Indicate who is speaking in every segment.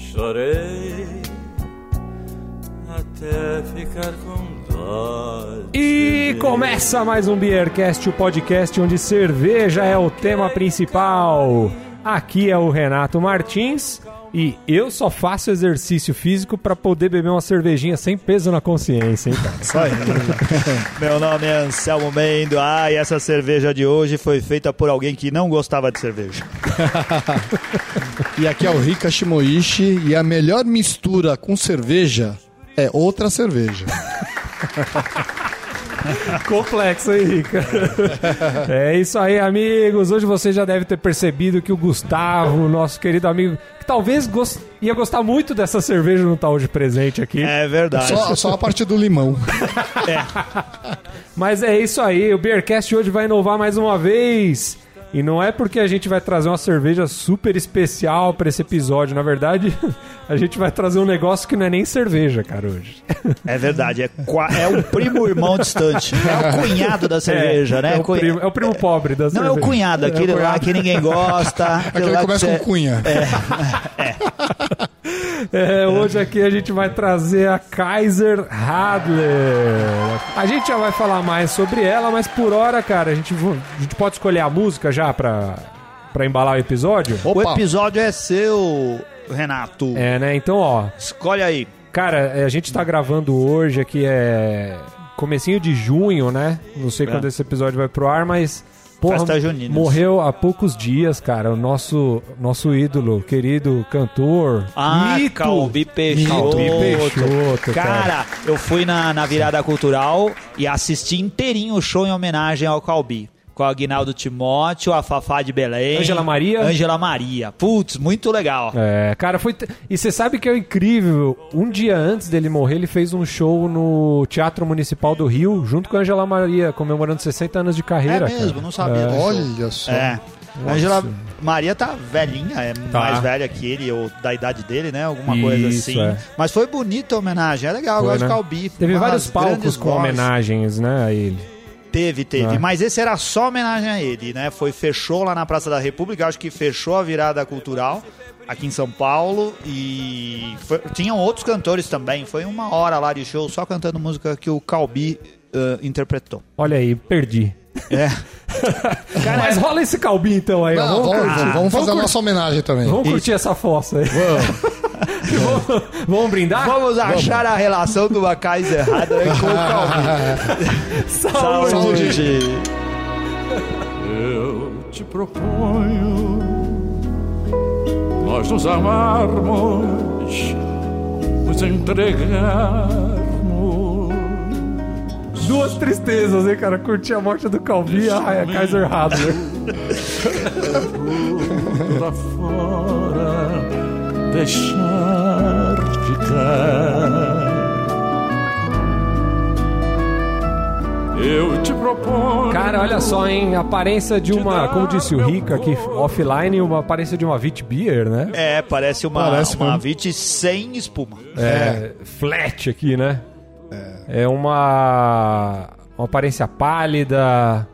Speaker 1: chorei até ficar com dó.
Speaker 2: E começa mais um Beercast, o podcast onde cerveja é o tema principal. Aqui é o Renato Martins e eu só faço exercício físico pra poder beber uma cervejinha sem peso na consciência, hein, cara?
Speaker 3: Isso aí. Meu nome é Anselmo Mendo. Ah, e essa cerveja de hoje foi feita por alguém que não gostava de cerveja.
Speaker 4: E aqui é o Rika Shimoishi e a melhor mistura com cerveja é outra cerveja.
Speaker 2: Complexo, hein, Rica? é isso aí, amigos. Hoje você já deve ter percebido que o Gustavo, nosso querido amigo, que talvez gos- ia gostar muito dessa cerveja, não tá hoje presente aqui.
Speaker 3: É verdade.
Speaker 4: Só, só a parte do limão.
Speaker 2: Mas é isso aí, o Beercast hoje vai inovar mais uma vez. E não é porque a gente vai trazer uma cerveja super especial pra esse episódio. Na verdade, a gente vai trazer um negócio que não é nem cerveja, cara, hoje.
Speaker 3: É verdade. É, qua- é um primo irmão distante. É o cunhado da cerveja, né?
Speaker 2: É o
Speaker 3: Cunha-
Speaker 2: primo, é o primo pobre da
Speaker 3: Não
Speaker 2: cerveja.
Speaker 3: é o cunhado, aquele lá que ninguém gosta.
Speaker 4: Aquele que
Speaker 3: lá
Speaker 4: começa
Speaker 3: você-
Speaker 4: com cunha.
Speaker 3: é.
Speaker 2: É, hoje aqui a gente vai trazer a Kaiser Hadler. A gente já vai falar mais sobre ela, mas por hora, cara, a gente, vo- a gente pode escolher a música já pra, pra embalar o episódio?
Speaker 3: O
Speaker 4: Opa,
Speaker 3: episódio é seu, Renato.
Speaker 2: É, né? Então, ó,
Speaker 3: Escolhe aí.
Speaker 2: Cara, a gente tá gravando hoje aqui, é. Comecinho de junho, né? Não sei quando esse episódio vai pro ar, mas. Porra,
Speaker 3: É. Festa juninas.
Speaker 2: morreu há poucos dias, cara. O nosso, nosso ídolo, querido cantor.
Speaker 3: Ah,
Speaker 2: mito,
Speaker 3: Calbi Peixoto.
Speaker 2: Calbi Peixoto, cara.
Speaker 3: Cara, eu fui na, na virada cultural e assisti inteirinho o show em homenagem ao Calbi. Com o Aguinaldo Timóteo, a Fafá de Belém.
Speaker 2: Ângela Maria.
Speaker 3: Ângela Maria. Putz, muito legal.
Speaker 2: É, cara, foi. t- E você sabe que é incrível. Um dia antes dele morrer, ele fez um show no Teatro Municipal do Rio, junto com a Angela Maria, comemorando 60 anos de carreira.
Speaker 3: É mesmo,
Speaker 2: cara.
Speaker 3: não sabia do show.
Speaker 4: olha só.
Speaker 3: É. Angela Maria tá velhinha, é
Speaker 2: Tá.
Speaker 3: mais velha que ele, ou da idade dele, né? Alguma coisa
Speaker 2: Isso,
Speaker 3: assim.
Speaker 2: é.
Speaker 3: Mas foi bonita a homenagem, é legal, eu
Speaker 2: Foi,
Speaker 3: gosto
Speaker 2: né?
Speaker 3: de Calbi.
Speaker 2: Teve
Speaker 3: umas
Speaker 2: vários palcos
Speaker 3: grandes
Speaker 2: com
Speaker 3: vozes.
Speaker 2: homenagens, né, a ele.
Speaker 3: Teve, teve.
Speaker 2: É.
Speaker 3: Mas esse era só homenagem a ele, né? Foi, fechou lá na Praça da República, acho que fechou a virada cultural aqui em São Paulo. E foi- tinham outros cantores também. Foi uma hora lá de show só cantando música que o Calbi eh, interpretou.
Speaker 2: Olha aí, perdi.
Speaker 3: É.
Speaker 2: Mas rola esse calbi então aí. ó.
Speaker 4: Não,
Speaker 2: vamos,
Speaker 4: Ah, vamos,
Speaker 2: curtir.
Speaker 4: vamos
Speaker 2: Vamos
Speaker 4: fazer a
Speaker 2: curtir.
Speaker 4: nossa homenagem também.
Speaker 2: Vamos curtir essa fossa aí. Vamos, vamos brindar?
Speaker 3: Vamos achar a relação do Macais errada com o Calbi.
Speaker 2: Saúde.
Speaker 3: Saúde.
Speaker 1: Eu te proponho nós nos amarmos, nos entregarmos.
Speaker 2: Duas tristezas, hein, cara? Curtir a morte do Calbi e a Raya Kaiser Hadler.
Speaker 1: pra fora deixar ficar. Eu te proponho.
Speaker 2: Cara, olha só, hein? Aparência de uma, como disse o Rica aqui, offline, uma aparência de uma Vit Beer, né?
Speaker 3: É, parece uma,
Speaker 4: Parece
Speaker 3: uma
Speaker 4: mesmo.
Speaker 3: Vit sem espuma.
Speaker 2: É, flat aqui, né? É, uma, uma aparência pálida,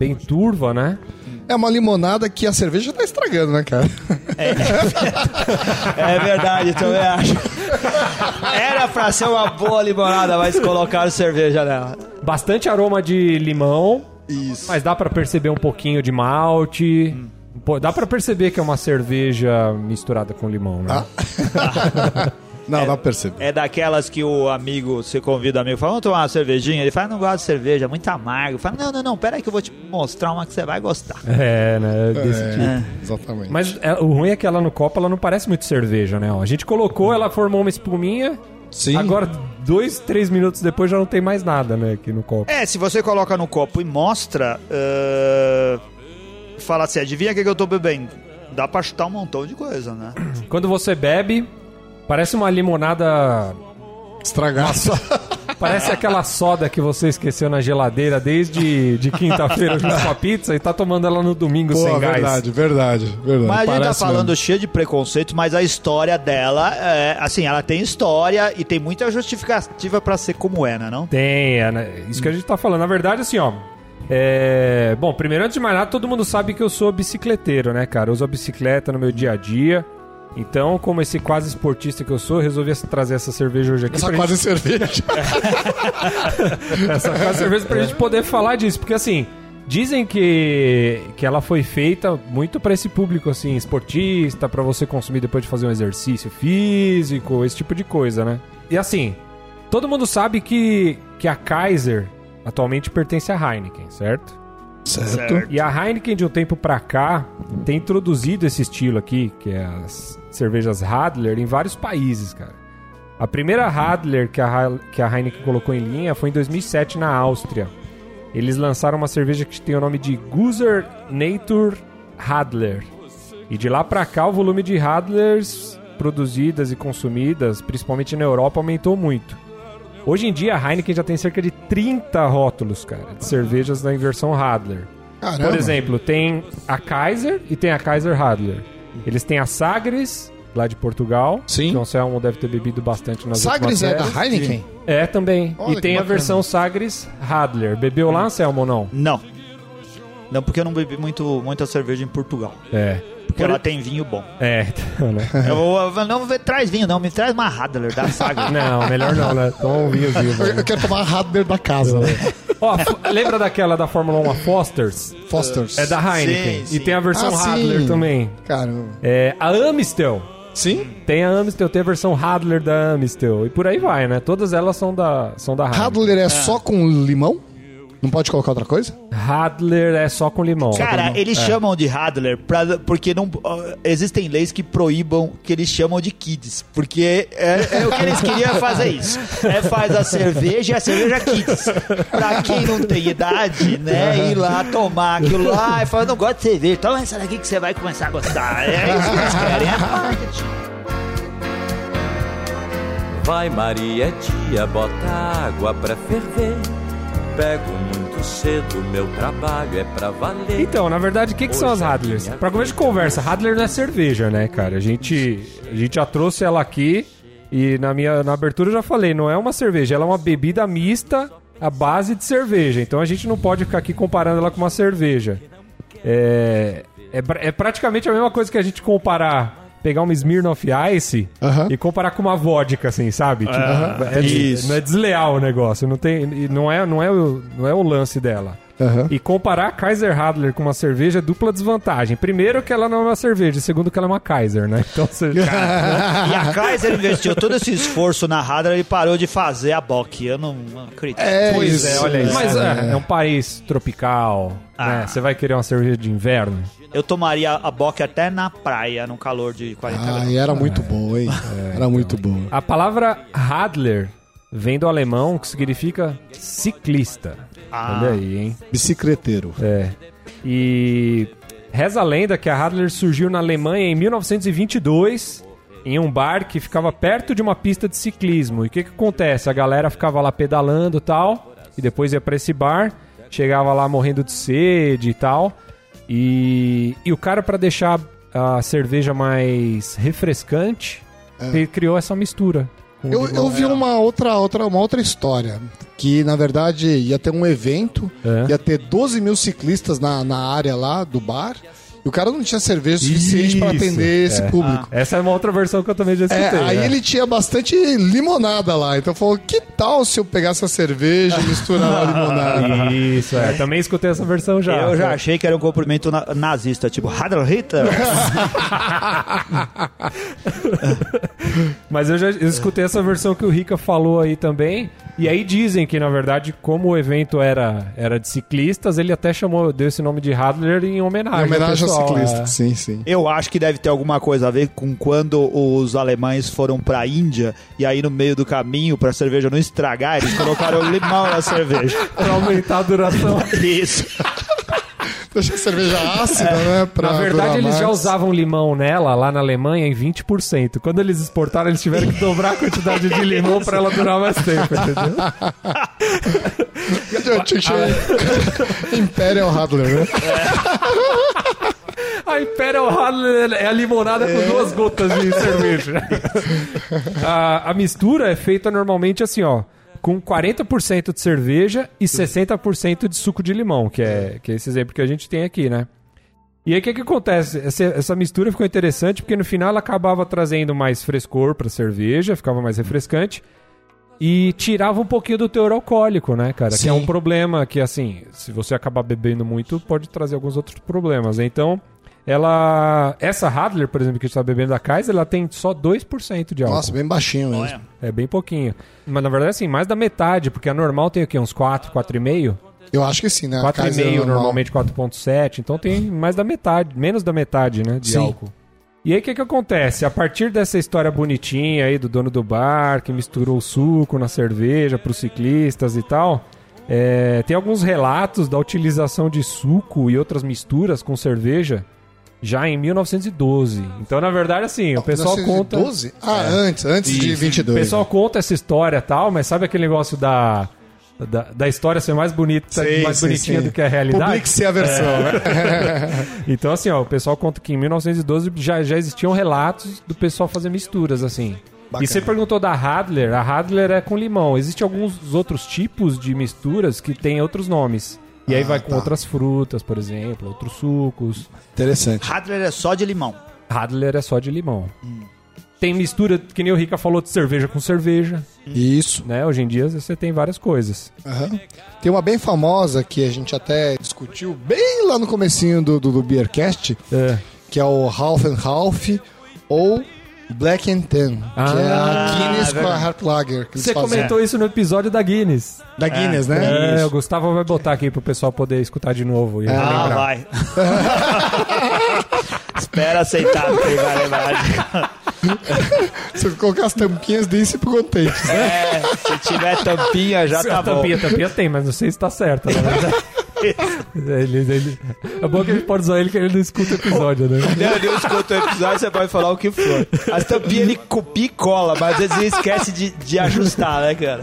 Speaker 2: bem turva, né?
Speaker 4: É uma limonada que a cerveja tá estragando, né, cara?
Speaker 3: É verdade, também acho. Era pra ser uma boa limonada, mas colocaram cerveja nela.
Speaker 2: Bastante aroma de limão,
Speaker 4: Isso. Hum.
Speaker 2: mas dá pra perceber um pouquinho de malte. Pô, dá pra perceber que é uma cerveja misturada com limão, né?
Speaker 4: Ah. Não, dá pra perceber.
Speaker 3: É daquelas que o amigo, você convida o amigo, fala, vamos tomar uma cervejinha? Ele fala, não gosto de cerveja, muito amargo. Fala, não, não, não, pera aí que eu vou te mostrar uma que você vai gostar.
Speaker 2: É, né? Desse
Speaker 4: É,
Speaker 2: tipo.
Speaker 4: Exatamente.
Speaker 2: Mas é, o ruim é que ela no copo ela não parece muito cerveja, né? Ó, a gente colocou, ela formou uma espuminha.
Speaker 4: Sim.
Speaker 2: Agora, dois, três minutos depois já não tem mais nada, né? Aqui no copo.
Speaker 3: É, se você coloca no copo e mostra, ah, fala assim, adivinha o que, que eu tô bebendo? Dá pra chutar um montão de coisa, né?
Speaker 2: Quando você bebe, parece uma limonada.
Speaker 4: Estragar.
Speaker 2: Parece aquela soda que você esqueceu na geladeira desde de quinta-feira junto com a pizza e tá tomando ela no domingo
Speaker 4: Pô, é
Speaker 2: sem gás.
Speaker 4: verdade, verdade, verdade.
Speaker 3: Mas a gente tá
Speaker 4: Parece
Speaker 3: falando
Speaker 4: mesmo.
Speaker 3: cheio de preconceito, mas a história dela, é, assim, ela tem história e tem muita justificativa pra ser como é, né, não?
Speaker 2: Tem, é, né? isso que a gente tá falando. Na verdade, assim, ó. é, Bom, primeiro, antes de mais nada, todo mundo sabe que eu sou bicicleteiro, né, cara? Eu uso a bicicleta no meu dia a dia. Então, como esse quase esportista que eu sou, eu resolvi essa- trazer essa cerveja hoje aqui.
Speaker 4: Essa
Speaker 2: pra
Speaker 4: quase cerveja.
Speaker 2: gente, essa quase cerveja pra gente poder falar disso. Porque assim, dizem que, que ela foi feita muito pra esse público, assim, esportista, pra você consumir depois de fazer um exercício físico, esse tipo de coisa, né? E assim, todo mundo sabe que, que a Kaiser atualmente pertence à Heineken, certo?
Speaker 4: Certo.
Speaker 2: E a Heineken, de um tempo pra cá, tem introduzido esse estilo aqui, que é as cervejas Radler, em vários países, cara. A primeira Radler que a, Ha- que a Heineken colocou em linha foi em 2007 na Áustria. Eles lançaram uma cerveja que tem o nome de Guser Nature Radler. E de lá pra cá, o volume de Radlers produzidas e consumidas, principalmente na Europa, aumentou muito. Hoje em dia, a Heineken já tem cerca de 30 rótulos, cara, de cervejas na versão Radler.
Speaker 4: Caramba.
Speaker 2: Por exemplo, tem a Kaiser e tem a Kaiser Radler. Eles têm a Sagres, lá de Portugal.
Speaker 4: Sim.
Speaker 2: Que o Anselmo deve ter bebido bastante nas
Speaker 4: Sagres é
Speaker 2: últimas
Speaker 4: da
Speaker 2: férias.
Speaker 4: Heineken?
Speaker 2: É, também.
Speaker 4: Olha
Speaker 2: e
Speaker 4: que
Speaker 2: tem a
Speaker 4: bacana.
Speaker 2: versão Sagres Radler. Bebeu lá, Anselmo, ou não?
Speaker 3: Não. Não, porque eu não bebi muito, muita cerveja em Portugal.
Speaker 2: É.
Speaker 3: Porque lá tem vinho bom.
Speaker 2: É, então, né?
Speaker 3: Eu, vou- eu não vou ver, traz vinho, não. Me traz uma Radler da Saga.
Speaker 2: Não, melhor não, né? Toma um vinhozinho.
Speaker 4: Eu, eu quero tomar a Radler da casa, né?
Speaker 2: Ó, f- lembra daquela da Fórmula 1 a Fosters?
Speaker 4: Fosters.
Speaker 2: É É da Heineken.
Speaker 3: Sim,
Speaker 2: E
Speaker 3: sim.
Speaker 2: tem a versão
Speaker 4: Ah, sim.
Speaker 2: Radler também.
Speaker 4: Caramba.
Speaker 2: É, a Amistel.
Speaker 4: Sim?
Speaker 2: Tem a Amistel, tem a versão Radler da Amistel. E por aí vai, né? Todas elas são da, são da Heineken.
Speaker 4: Radler é só com limão? Não pode colocar outra coisa?
Speaker 2: Radler é só com limão.
Speaker 3: Cara, eles
Speaker 2: É.
Speaker 3: chamam de Radler pra- porque não, ó, existem leis que proíbam que eles chamam de Kids. Porque é, é o que eles queriam fazer isso. É, faz a cerveja e a cerveja Kids. Pra quem não tem idade, né? Ir lá tomar aquilo lá e falar, não gosto de cerveja. Toma essa daqui que você vai começar a gostar. É isso que eles querem, é marketing.
Speaker 5: Vai Maria tia, bota água pra ferver. Pego muito cedo, meu trabalho é pra valer.
Speaker 2: Então, na verdade, o que, que são as Radlers? Pra começo de conversa, Radler não é cerveja, né, cara? A gente, a gente já trouxe ela aqui e na minha na abertura eu já falei, não é uma cerveja, ela é uma bebida mista à base de cerveja. Então a gente não pode ficar aqui comparando ela com uma cerveja. É, é, pra- é praticamente a mesma coisa que a gente comparar, pegar uma Smirnoff Ice
Speaker 4: Aham.
Speaker 2: e comparar com uma vodka, assim, sabe? Tipo, é,
Speaker 3: Ah, isso.
Speaker 2: Não é desleal o negócio, não, tem, e não, é, não, é, o- não é o lance dela.
Speaker 4: Aham.
Speaker 2: E comparar a Kaiser Radler com uma cerveja é dupla desvantagem. Primeiro que ela não é uma cerveja, segundo que ela é uma Kaiser, né? Então você...
Speaker 3: E a Kaiser investiu todo esse esforço na Radler e parou de fazer a Bock. Eu não não acredito.
Speaker 4: É
Speaker 2: Pois
Speaker 4: isso.
Speaker 2: é, olha isso. Mas é,
Speaker 4: é.
Speaker 2: é um país tropical, né? Você vai querer uma cerveja de inverno?
Speaker 3: Eu tomaria a Bock até na praia, num calor de
Speaker 2: É
Speaker 3: 40 graus.
Speaker 4: Ah, e era muito bom, hein?
Speaker 2: então.
Speaker 4: Era muito bom.
Speaker 2: A palavra Radler vem do alemão, que significa ciclista.
Speaker 3: Ah.
Speaker 2: Olha aí, hein?
Speaker 4: Bicicleteiro.
Speaker 2: É. E reza a lenda que a Radler surgiu na Alemanha em 1922 em um bar que ficava perto de uma pista de ciclismo. E o que que acontece? A galera ficava lá pedalando e tal, e depois ia pra esse bar, chegava lá morrendo de sede e tal. E, e o cara pra deixar a cerveja mais refrescante, ele criou essa mistura. com
Speaker 4: É. Eu,
Speaker 2: limão.
Speaker 4: eu vi uma outra, outra, uma outra história. Que, na verdade, ia ter um evento,
Speaker 2: É.
Speaker 4: ia ter 12 mil ciclistas na, na área lá do bar, e o cara não tinha cerveja suficiente para
Speaker 2: Isso,
Speaker 4: atender esse
Speaker 2: é.
Speaker 4: público.
Speaker 2: Essa é uma outra versão que eu também já escutei.
Speaker 4: É, aí
Speaker 2: né?
Speaker 4: ele tinha bastante limonada lá, então falou, que tal se eu pegasse a cerveja e misturar a limonada?
Speaker 2: Isso, é. Também escutei essa versão já.
Speaker 3: Eu já achei que era um cumprimento na- nazista, tipo Radler Hitler.
Speaker 2: Mas eu já eu escutei essa versão que o Rica falou aí também. E aí dizem que, na verdade, como o evento era, era de ciclistas, ele até chamou, deu esse nome de Radler em homenagem.
Speaker 4: Em homenagem ao
Speaker 2: Ah, então, pessoal,
Speaker 4: ciclista,
Speaker 2: é.
Speaker 4: sim, sim.
Speaker 3: Eu acho que deve ter alguma coisa a ver com quando os alemães foram pra Índia e aí no meio do caminho, pra cerveja não estragar, eles colocaram limão na cerveja.
Speaker 2: é, Pra aumentar a duração.
Speaker 3: Isso.
Speaker 4: Deixa a cerveja ácida, né? Pra
Speaker 2: na
Speaker 4: durar
Speaker 2: verdade, eles já
Speaker 4: mais.
Speaker 2: usavam limão nela, lá na Alemanha, em 20%. Quando eles exportaram, eles tiveram que dobrar a quantidade de limão pra ela durar mais tempo, entendeu?
Speaker 4: Eu tinha que chamar- Imperial Radler, né?
Speaker 2: A Imperial Radler é a limonada com duas gotas de cerveja. a, a mistura é feita normalmente assim, ó. Com 40% de é cerveja e 60% de suco de limão, que é, que é esse exemplo que a gente tem aqui, né? E aí o que, que acontece? Essa, essa mistura ficou interessante porque no final ela acabava trazendo mais frescor pra cerveja, ficava mais refrescante. E tirava um pouquinho do teor alcoólico, né, cara? Que é
Speaker 4: Sim.
Speaker 2: um problema que, assim, se você acabar bebendo muito, pode trazer alguns outros problemas. Então, ela. Essa Radler, por exemplo, que a gente tá bebendo da Kaiser, ela tem só 2% de álcool.
Speaker 4: Nossa, bem baixinho mesmo.
Speaker 3: Olha.
Speaker 2: É bem pouquinho. Mas na verdade, assim, mais da metade, porque a normal tem o quê? Uns 4, 4,5?
Speaker 4: Eu acho que sim, né? A Kaiser
Speaker 2: 4,5
Speaker 4: normal.
Speaker 2: normalmente, 4,7. Então tem mais da metade, menos da metade, né? De
Speaker 4: Sim.
Speaker 2: álcool. E aí o que, que acontece? A partir dessa história bonitinha aí do dono do bar, que misturou o suco na cerveja para os ciclistas e tal, é, tem alguns relatos da utilização de suco e outras misturas com cerveja já em 1912. Então, na verdade, assim, o pessoal conta... É.
Speaker 4: 1912? Ah, antes, antes de
Speaker 2: Isso.
Speaker 4: 22.
Speaker 2: O pessoal conta essa história e tal, mas sabe aquele negócio da, da, da história ser mais bonita,
Speaker 4: Sei,
Speaker 2: mais
Speaker 4: sei,
Speaker 2: bonitinha
Speaker 4: sei.
Speaker 2: do que a realidade? É.
Speaker 4: Publique-se a versão, né?
Speaker 2: Então, assim, ó, o pessoal conta que em 1912 já, já existiam relatos do pessoal fazer misturas, assim.
Speaker 4: Bacana.
Speaker 2: E você perguntou da Radler, a Radler é com limão. Existem alguns outros tipos de misturas que têm outros nomes. E aí
Speaker 4: Ah,
Speaker 2: vai com
Speaker 4: tá.
Speaker 2: outras frutas, por exemplo, outros sucos.
Speaker 4: Interessante.
Speaker 3: Radler é só de limão.
Speaker 2: Radler é só de limão.
Speaker 4: Hum.
Speaker 2: Tem mistura, que nem o Rica falou, de cerveja com cerveja.
Speaker 4: Isso.
Speaker 2: né? Hoje em dia você tem várias coisas.
Speaker 4: Aham. Tem uma bem famosa que a gente até discutiu bem lá no comecinho do, do, do Beercast,
Speaker 2: É.
Speaker 4: que é o Half and Half ou Black and Tan, que é
Speaker 2: Ah,
Speaker 4: a Guinness com a
Speaker 3: verdade.
Speaker 4: Hart Lager. que eles
Speaker 2: Você
Speaker 4: fazem.
Speaker 2: comentou isso no episódio da Guinness.
Speaker 4: Da Guinness, né?
Speaker 2: É, o Gustavo vai botar aqui pro pessoal poder escutar de novo. E
Speaker 3: Ah,
Speaker 2: relembrar.
Speaker 3: vai. Espera aceitar, porque ele vai lembrar.
Speaker 4: Você colocar as tampinhas desse pro contente.
Speaker 3: É, se tiver tampinha, já tá
Speaker 2: a
Speaker 3: bom.
Speaker 2: tampinha, a tampinha tem, mas não sei se tá certa. Né? ele, ele, é bom que a gente pode usar ele que ele não escuta o episódio, né?
Speaker 6: Não, Deus escuta o episódio, você pode falar o que for. As tampinhas ele copia e cola, mas às vezes ele esquece de, de ajustar, né, cara?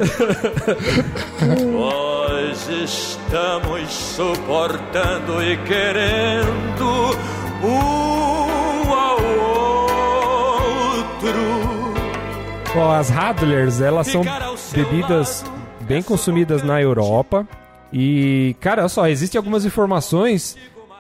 Speaker 5: Nós estamos suportando e querendo um ao outro.
Speaker 2: Ó, as Radlers, elas são
Speaker 5: Ficar ao seu
Speaker 2: bebidas
Speaker 5: lado
Speaker 2: bem
Speaker 5: é
Speaker 2: consumidas na Europa. E, cara, olha só, existem algumas informações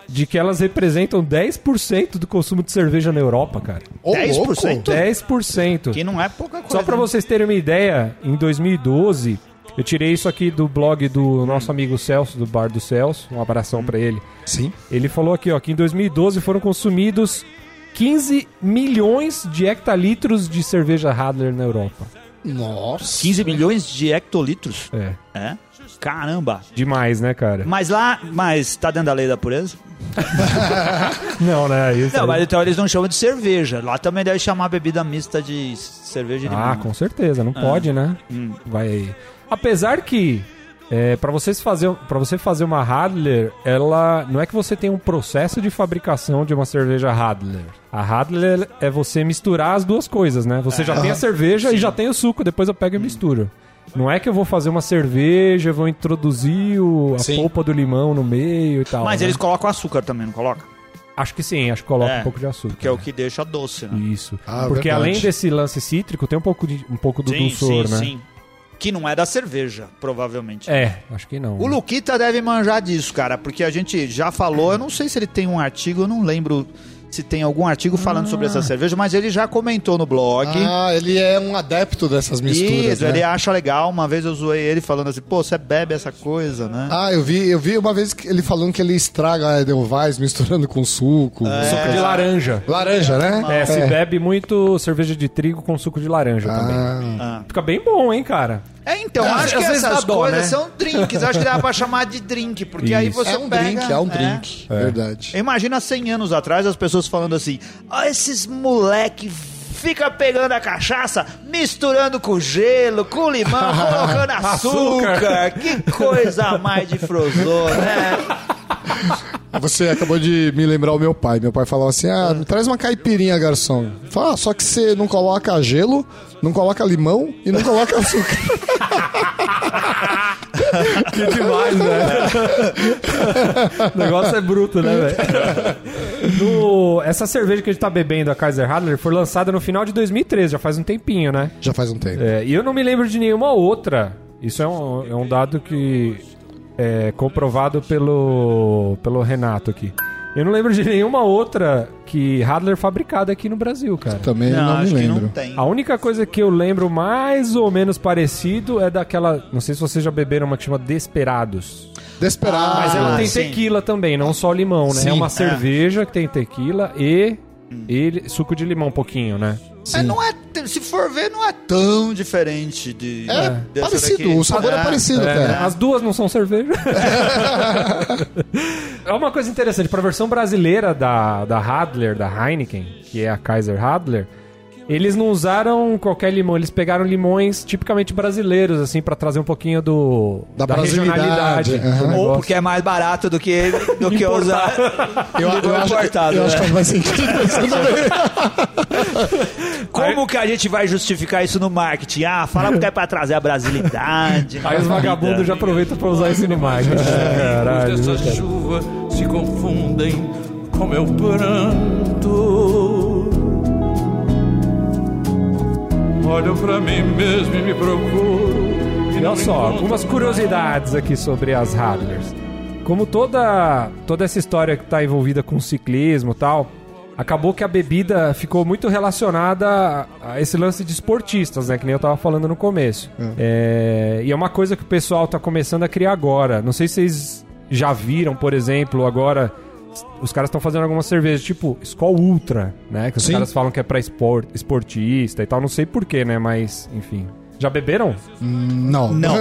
Speaker 2: de que elas representam 10% do consumo de cerveja na Europa, cara.
Speaker 4: Ô, louco.
Speaker 3: 10%?
Speaker 2: 10%.
Speaker 3: Que não é pouca coisa.
Speaker 2: Só pra vocês terem uma ideia, em 2012, eu tirei isso aqui do blog do nosso amigo Celso, do Bar do Celso. Um abração pra ele.
Speaker 4: Sim.
Speaker 2: Ele falou aqui, ó, que em 2012 foram consumidos 15 milhões de hectolitros de cerveja Radler na Europa.
Speaker 4: Nossa.
Speaker 3: 15 milhões de hectolitros.
Speaker 2: É.
Speaker 3: É. Caramba.
Speaker 2: Demais, né, cara?
Speaker 3: Mas lá, mas tá dentro da lei da pureza?
Speaker 2: Não, né? Isso
Speaker 3: Não,
Speaker 2: aí-
Speaker 3: mas então eles não chamam de cerveja. Lá também deve chamar bebida mista de cerveja de
Speaker 2: Ah, com certeza, não pode,
Speaker 3: Ah.
Speaker 2: né?
Speaker 3: Hum.
Speaker 2: Vai aí. Apesar que é, para vocês fazer para você fazer uma Radler, ela não é que você tem um processo de fabricação de uma cerveja Radler. A Radler é você misturar as duas coisas, né? Você
Speaker 3: Ah.
Speaker 2: já tem a cerveja e já tem o suco, depois eu pego e misturo. Não é que eu vou fazer uma cerveja, eu vou introduzir o- a
Speaker 4: Sim.
Speaker 2: polpa do limão no meio e tal.
Speaker 3: Mas
Speaker 2: né?
Speaker 3: eles colocam açúcar também, não colocam?
Speaker 2: Acho que sim, acho que coloca
Speaker 3: É,
Speaker 2: um pouco de açúcar.
Speaker 3: Que é o que deixa doce, né?
Speaker 2: Isso.
Speaker 4: Ah,
Speaker 2: Porque
Speaker 4: verdade.
Speaker 2: além desse lance cítrico, tem um pouco, de, um pouco do dulçor, né?
Speaker 3: Que não é da cerveja, provavelmente.
Speaker 2: É, acho que não.
Speaker 3: O Luquita deve manjar disso, cara, porque a gente já falou, eu não sei se ele tem um artigo, eu não lembro se tem algum artigo falando sobre essa cerveja, mas ele já comentou no blog.
Speaker 4: Ah, ele é um adepto dessas misturas,
Speaker 3: Isso,
Speaker 4: né?
Speaker 3: ele acha legal. Uma vez eu zoei ele falando assim, pô, você bebe essa coisa, né?
Speaker 4: Ah, eu vi, eu vi uma vez que ele falando que ele estraga a Edelweiss misturando com suco.
Speaker 2: Suco de laranja.
Speaker 4: Laranja, né?
Speaker 2: É, se bebe muito cerveja de trigo com suco de laranja também.
Speaker 4: Ah,
Speaker 2: Fica bem bom, hein, cara?
Speaker 3: É, então,
Speaker 4: Às-
Speaker 3: acho que
Speaker 4: às vezes
Speaker 3: essas
Speaker 4: dá dó,
Speaker 3: coisas
Speaker 4: né?
Speaker 3: são drinks. Acho que dá pra chamar de drink, porque aí
Speaker 2: Isso.
Speaker 3: você
Speaker 4: é um
Speaker 3: pega...
Speaker 4: drink, é um
Speaker 3: né?
Speaker 4: drink. Verdade.
Speaker 3: Imagina 100 anos atrás as pessoas falando assim: ó, esses moleque fica pegando a cachaça, misturando com gelo, com limão, colocando açúcar. que coisa mais de frozô, né?
Speaker 4: Ah, Você acabou de me lembrar o meu pai. Meu pai falava assim: ah, me traz uma caipirinha, garçom. Fala, "Ah, só que você não coloca gelo, não coloca limão e não coloca açúcar.
Speaker 2: Que demais, né? o negócio é bruto, né, velho? No- Essa cerveja que a gente tá bebendo, a Kaiser Radler, foi lançada no final de 2013, já faz um tempinho, né?
Speaker 4: Já faz um tempo.
Speaker 2: É, e eu não me lembro de nenhuma outra. Isso é um, é um dado que é comprovado pelo, pelo Renato aqui. Eu não lembro de nenhuma outra que Radler fabricada aqui no Brasil, cara.
Speaker 4: Também não, me
Speaker 3: acho que
Speaker 4: lembro.
Speaker 3: não tem.
Speaker 2: A única coisa que eu lembro mais ou menos parecido é daquela. Não sei se vocês já beberam uma que chama Desperados.
Speaker 4: Desperado.
Speaker 3: Mas ela Ah,
Speaker 2: tem
Speaker 3: sim.
Speaker 2: tequila também, não só limão, né?
Speaker 4: Sim,
Speaker 2: é uma
Speaker 4: é.
Speaker 2: cerveja que tem tequila e, e li- suco de limão um pouquinho, né?
Speaker 3: Mas não é, t- se for ver, não é tão diferente de.
Speaker 4: É,
Speaker 3: dessa
Speaker 4: parecido,
Speaker 3: daqui.
Speaker 4: o sabor é, parecido
Speaker 2: É,
Speaker 4: até.
Speaker 2: As duas não são cerveja. é uma coisa interessante, para a versão brasileira da, da Radler, da Heineken, que é a Kaiser Radler, eles não usaram qualquer limão, eles pegaram limões tipicamente brasileiros, assim, para trazer um pouquinho do
Speaker 4: Da
Speaker 2: do
Speaker 4: brasilidade, aham.
Speaker 2: negócio.
Speaker 6: Ou porque é mais barato do que, do que usar.
Speaker 4: Eu, eu,
Speaker 6: do
Speaker 4: acho,
Speaker 6: importado,
Speaker 4: eu
Speaker 6: né?
Speaker 4: acho que faz mais sentido. isso também.
Speaker 6: Como que a gente vai justificar isso no marketing? Ah, fala porque é pra trazer a brasilidade. é
Speaker 2: Aí os vagabundos já aproveitam para usar isso no marketing. Caralho. né,
Speaker 1: dessa chuva se confundem com meu pranto. Olho pra mim mesmo e me procuro. e
Speaker 2: E
Speaker 1: não
Speaker 2: olha só,
Speaker 1: encontro
Speaker 2: algumas curiosidades aqui sobre as Radlers. Como toda, toda essa história que está envolvida com ciclismo e tal, acabou que a bebida ficou muito relacionada a- a esse lance de esportistas, né? Que nem eu tava falando no começo. É, e é uma coisa que o pessoal tá começando a criar agora. Não sei se vocês já viram, por exemplo, agora os caras estão fazendo algumas cervejas, tipo Skol Ultra, né? Que os
Speaker 4: Sim.
Speaker 2: caras falam que é pra espor- esportista e tal. Não sei porquê, né? Mas, enfim. Já beberam?
Speaker 4: Não.
Speaker 3: Não.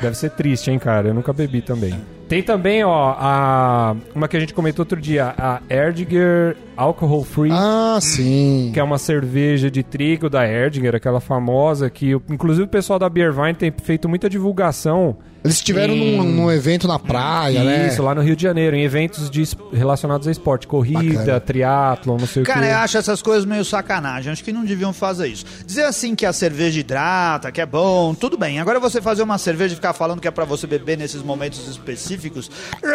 Speaker 2: Deve ser triste, hein, cara? Eu nunca bebi também. Tem também, ó, a, uma que a gente comentou outro dia, a Erdinger Alcohol Free,
Speaker 4: Ah, sim.
Speaker 2: que é uma cerveja de trigo da Erdinger, aquela famosa que, o- inclusive, o pessoal da Beervine tem feito muita divulgação
Speaker 4: Eles estiveram num, num evento na
Speaker 3: É,
Speaker 4: praia, né?
Speaker 2: isso lá no Rio de Janeiro, em eventos de es- relacionados a esporte, corrida,
Speaker 4: Bacana.
Speaker 2: triatlon, não sei o
Speaker 3: Cara, é
Speaker 2: que.
Speaker 3: eu acho essas coisas meio sacanagem. Acho que não deviam fazer isso. Dizer assim que a cerveja hidrata, que é bom, tudo bem. Agora você fazer uma cerveja e ficar falando que é pra você beber nesses momentos específicos.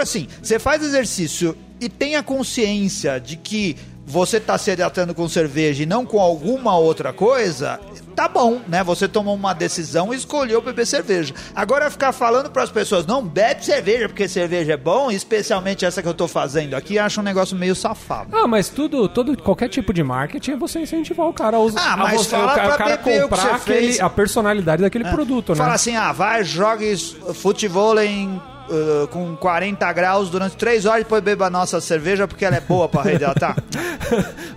Speaker 3: Assim, você faz exercício e tenha consciência de que você tá se hidratando com cerveja e não com alguma outra coisa. Tá bom, né? Você tomou uma decisão e escolheu beber cerveja. Agora ficar falando pras pessoas, não bebe cerveja porque cerveja é bom, especialmente essa que eu tô fazendo aqui, acho um negócio meio safado.
Speaker 2: Ah, mas tudo, todo, qualquer tipo de marketing é você incentivar o cara a usar.
Speaker 3: Ah,
Speaker 2: a
Speaker 3: mas
Speaker 2: você-
Speaker 3: fala
Speaker 2: o ca- o
Speaker 3: pra
Speaker 2: cara
Speaker 3: beber o que
Speaker 2: comprar
Speaker 3: você
Speaker 2: aquele-
Speaker 3: fez.
Speaker 2: a personalidade daquele produto, né?
Speaker 3: Fala assim, ah, vai, jogue s- futebol em, uh, com 40 graus durante 3 horas e depois beba a nossa cerveja porque ela é boa pra reidratar.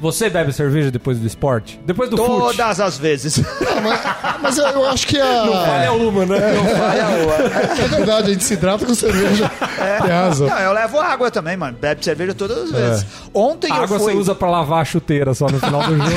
Speaker 2: Você bebe cerveja depois do esporte? Depois do fute?
Speaker 3: Todas as vezes.
Speaker 4: Ah, mas, mas eu- eu acho que a.
Speaker 2: Olha uma, né?
Speaker 4: É verdade, a gente se hidrata com cerveja. Tem razão.
Speaker 3: Não, eu levo água também, mano. Bebe cerveja todas as vezes. Ontem
Speaker 2: A água
Speaker 3: eu fui...
Speaker 2: você usa pra lavar a chuteira só no final do jogo.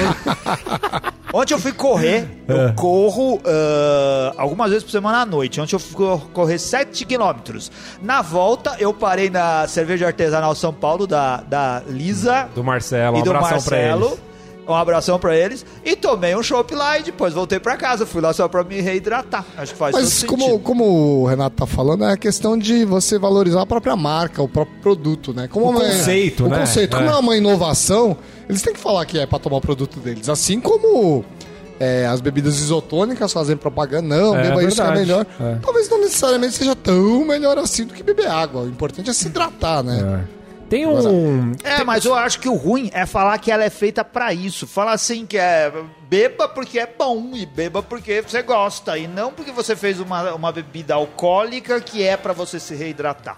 Speaker 3: Ontem eu fui correr, eu corro ah, algumas vezes por semana à noite. Ontem eu fui cor- correr 7 quilômetros. Na volta, eu parei na cerveja artesanal São Paulo, da, da Lisa.
Speaker 2: Do Marcelo, um
Speaker 3: e do
Speaker 2: abração pra
Speaker 3: Marcelo.
Speaker 2: eles.
Speaker 3: Um abração pra eles. E tomei um chopp lá e depois voltei pra casa. Fui lá só pra me reidratar. Acho que faz
Speaker 2: é
Speaker 4: Mas
Speaker 3: todo
Speaker 4: como,
Speaker 3: sentido.
Speaker 4: como o Renato tá falando, é a questão de você valorizar a própria marca, o próprio produto, né? Como
Speaker 2: O
Speaker 4: uma-
Speaker 2: conceito,
Speaker 4: o
Speaker 2: né?
Speaker 4: conceito. Como
Speaker 2: É.
Speaker 4: é uma inovação, eles têm que falar que é pra tomar o produto deles. Assim como é, as bebidas isotônicas fazem propaganda, não,
Speaker 2: É,
Speaker 4: beba isso que é
Speaker 2: verdade.
Speaker 4: melhor.
Speaker 2: É.
Speaker 4: Talvez não necessariamente seja tão melhor assim do que beber água. O importante é se hidratar,
Speaker 2: É.
Speaker 4: né?
Speaker 2: Tem um.
Speaker 3: É, mas eu acho que o ruim é falar que ela é feita pra isso. Fala assim que é beba porque é bom e beba porque você gosta. E não porque você fez uma, uma bebida alcoólica que é pra você se reidratar.